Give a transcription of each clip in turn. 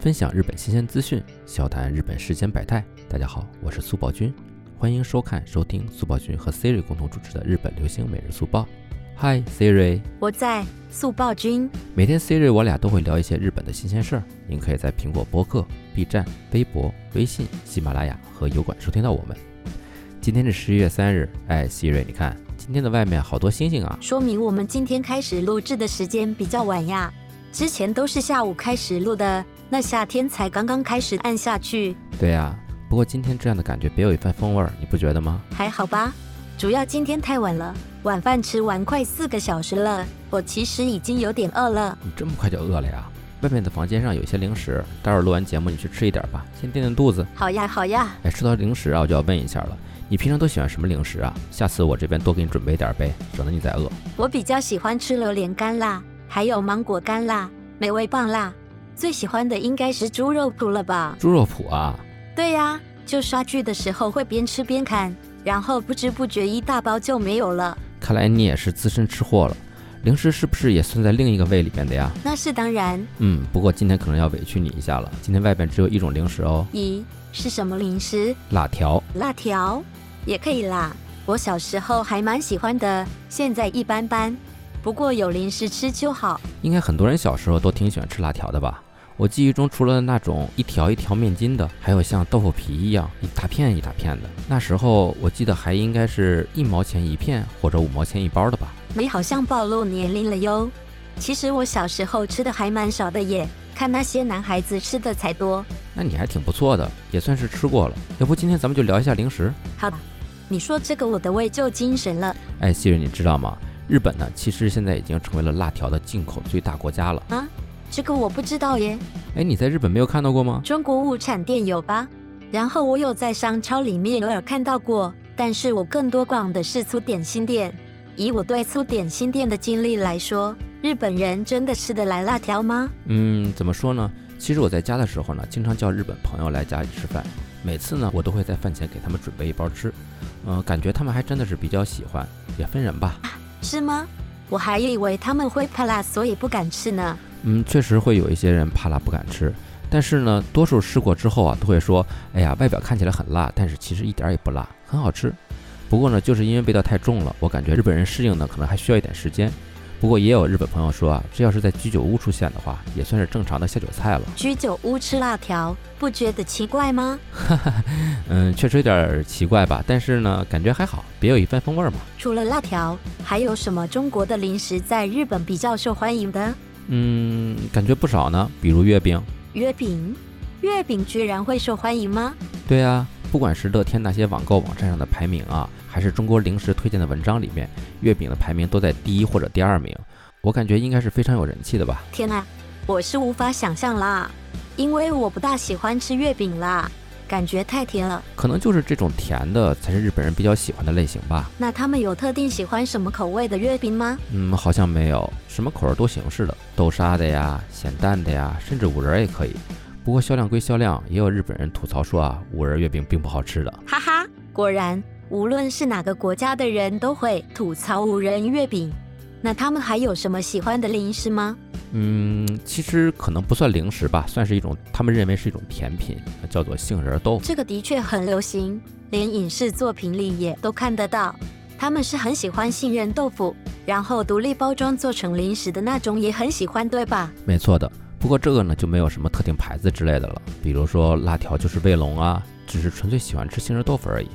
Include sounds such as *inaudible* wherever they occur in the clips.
分享日本新鲜资讯，笑谈日本世间百态。大家好，我是速报君，欢迎收看收听速报君和 Siri 共同主持的日本流行每日速报。Hi Siri，我在速报君，每天 Siri 我俩都会聊一些日本的新鲜事儿。您可以在苹果播客、B 站、微博、微信、喜马拉雅和油管收听到我们。今天是十一月三日，哎，Siri，你看今天的外面好多星星啊！说明我们今天开始录制的时间比较晚呀。之前都是下午开始录的，那夏天才刚刚开始按下去，对呀、不过今天这样的感觉别有一番风味儿，你不觉得吗？还好吧？主要今天太晚了，晚饭吃完快四个小时了，我其实已经有点饿了。你这么快就饿了呀？外面的房间上有一些零食，待会儿录完节目你去吃一点吧，先垫垫肚子。好呀，好呀，哎，说到零食啊，我就要问一下了，你平常都喜欢什么零食啊？下次我这边多给你准备点儿呗，省得你再饿。我比较喜欢吃榴莲干啦，还有芒果干啦，美味棒啦。最喜欢的应该是猪肉脯了吧？猪肉脯啊，对呀、就刷剧的时候会边吃边看，然后不知不觉一大包就没有了。看来你也是资深吃货了，零食是不是也算在另一个胃里面的呀？那是当然。嗯，不过今天可能要委屈你一下了，今天外面只有一种零食哦，咦，是什么零食？辣条。辣条也可以啦。我小时候还蛮喜欢的，现在一般般。不过有零食吃就好。应该很多人小时候都挺喜欢吃辣条的吧？我记忆中，除了那种一条一条面筋的，还有像豆腐皮一样一大片一大片的。那时候我记得还应该是一毛钱一片或者五毛钱一包的吧？没好像暴露年龄了哟。其实我小时候吃的还蛮少的耶，看那些男孩子吃的才多。那你还挺不错的，也算是吃过了。要不今天咱们就聊一下零食？好吧，你说这个我的胃就精神了哎，西瑞，你知道吗？日本呢，其实现在已经成为了辣条的进口最大国家了。啊。这个我不知道耶，哎，你在日本没有看到过吗？中国物产店有吧？然后我有在商超里面偶尔看到过，但是我更多逛的是粗点心店。以我对粗点心店的经历来说，日本人真的吃得来辣条吗？嗯，怎么说呢？其实我在家的时候呢，经常叫日本朋友来家里吃饭，每次呢，我都会在饭前给他们准备一包吃，嗯、感觉他们还真的是比较喜欢，也分人吧。是吗？我还以为他们会怕辣，所以不敢吃呢。嗯，确实会有一些人怕辣不敢吃，但是呢，多数试过之后啊，都会说，哎呀，外表看起来很辣，但是其实一点儿也不辣，很好吃。不过呢，就是因为味道太重了，我感觉日本人适应呢，可能还需要一点时间。不过也有日本朋友说啊，这要是在居酒屋出现的话，也算是正常的下酒菜了。居酒屋吃辣条，不觉得奇怪吗？嗯，确实有点儿奇怪吧，但是呢，感觉还好，别有一番风味儿嘛。除了辣条，还有什么中国的零食在日本比较受欢迎的？嗯，感觉不少呢，比如月饼。月饼，月饼居然会受欢迎吗？对啊，不管是乐天那些网购网站上的排名啊，还是中国零食推荐的文章里面，月饼的排名都在第一或者第二名。我感觉应该是非常有人气的吧。天呐，我是无法想象啦，因为我不大喜欢吃月饼啦，感觉太甜了。可能就是这种甜的才是日本人比较喜欢的类型吧。那他们有特定喜欢什么口味的月饼吗？嗯，好像没有什么口味多形式的，豆沙的呀、咸蛋的呀，甚至五仁儿也可以。不过销量归销量，也有日本人吐槽说啊，五仁月饼并不好吃的。哈哈，果然，无论是哪个国家的人都会吐槽五仁月饼。那他们还有什么喜欢的零食吗？嗯，其实可能不算零食吧，算是一种他们认为是一种甜品，叫做杏仁豆腐。这个的确很流行，连影视作品里也都看得到。他们是很喜欢杏仁豆腐，然后独立包装做成零食的那种也很喜欢，对吧？没错的。不过这个呢就没有什么特定牌子之类的了，比如说辣条就是卫龙啊，只是纯粹喜欢吃杏仁豆腐而已。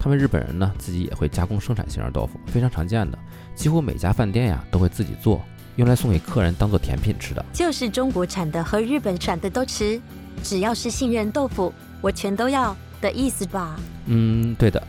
他们日本人呢自己也会加工生产杏仁豆腐，非常常见的，几乎每家饭店呀都会自己做，用来送给客人当做甜品吃的。就是中国产的和日本产的都吃，只要是杏仁豆腐，我全都要的意思吧？嗯，对的。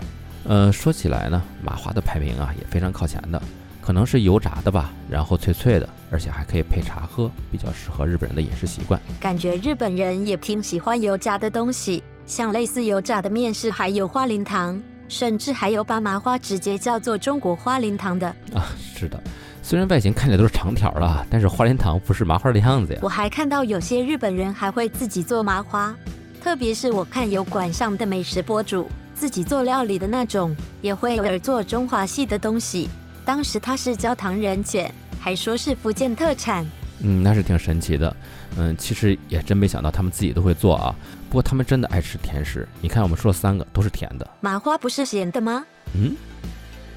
呃，说起来呢，马华的排名啊也非常靠前的，可能是油炸的吧，然后脆脆的，而且还可以配茶喝，比较适合日本人的饮食习惯。感觉日本人也挺喜欢油炸的东西，像类似油炸的面食，还有花灵糖，甚至还有把麻花直接叫做中国花灵糖的。啊，是的，虽然外形看起来都是长条的啊，但是花莲糖不是麻花的样子呀。我还看到有些日本人还会自己做麻花，特别是我看油管上的美食博主自己做料理的那种，也会偶尔做中华系的东西。当时他是焦糖人卷，还说是福建特产，嗯，那是挺神奇的。嗯，其实也真没想到他们自己都会做啊。不过他们真的爱吃甜食。你看，我们说了三个都是甜的。麻花不是咸的吗？嗯，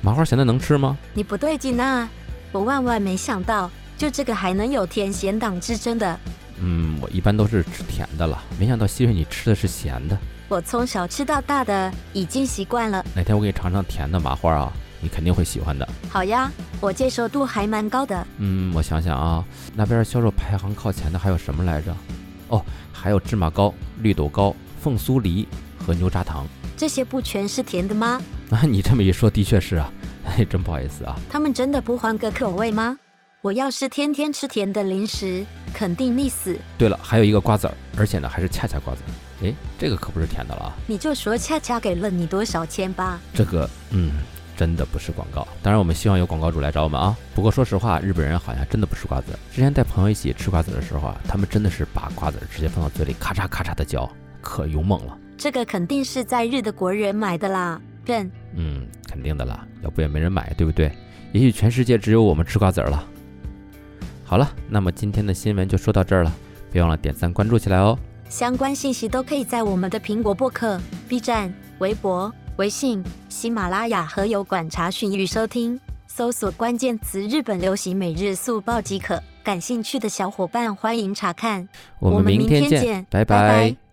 麻花咸的能吃吗？你不对劲啊！我万万没想到，就这个还能有甜咸党之争的。嗯，我一般都是吃甜的了，没想到西瑞你吃的是咸的。我从小吃到大的，已经习惯了。哪天我给你尝尝甜的麻花啊，你肯定会喜欢的。好呀，我接受度还蛮高的。嗯，我想想啊，那边销售排行靠前的还有什么来着？哦，还有芝麻糕、绿豆糕、凤酥梨和牛轧糖。 *laughs* 这些不全是甜的吗？那、你这么一说，的确是啊。 *laughs* 哎，真不好意思啊。他们真的不换个口味吗？我要是天天吃甜的零食，肯定腻死。对了，还有一个瓜子儿，而且呢还是恰恰瓜子儿。哎，这个可不是甜的了啊。你就说恰恰给了你多少钱吧。这个，嗯，真的不是广告。当然，我们希望有广告主来找我们啊。不过说实话，日本人好像真的不吃瓜子儿。之前带朋友一起吃瓜子儿的时候啊，他们真的是把瓜子儿直接放到嘴里，咔嚓咔嚓的嚼，可勇猛了。这个肯定是在日的国人买的啦，认。嗯，肯定的啦，要不也没人买，对不对？也许全世界只有我们吃瓜子儿了。好了，那么今天的新闻就说到这儿了，别忘了点赞关注起来哦。相关信息都可以在我们的苹果播客、B 站、微博、微信、喜马拉雅和油管查询与收听，搜索关键词“日本流行每日速报”即可。感兴趣的小伙伴欢迎查看。我们明明天见，见拜拜拜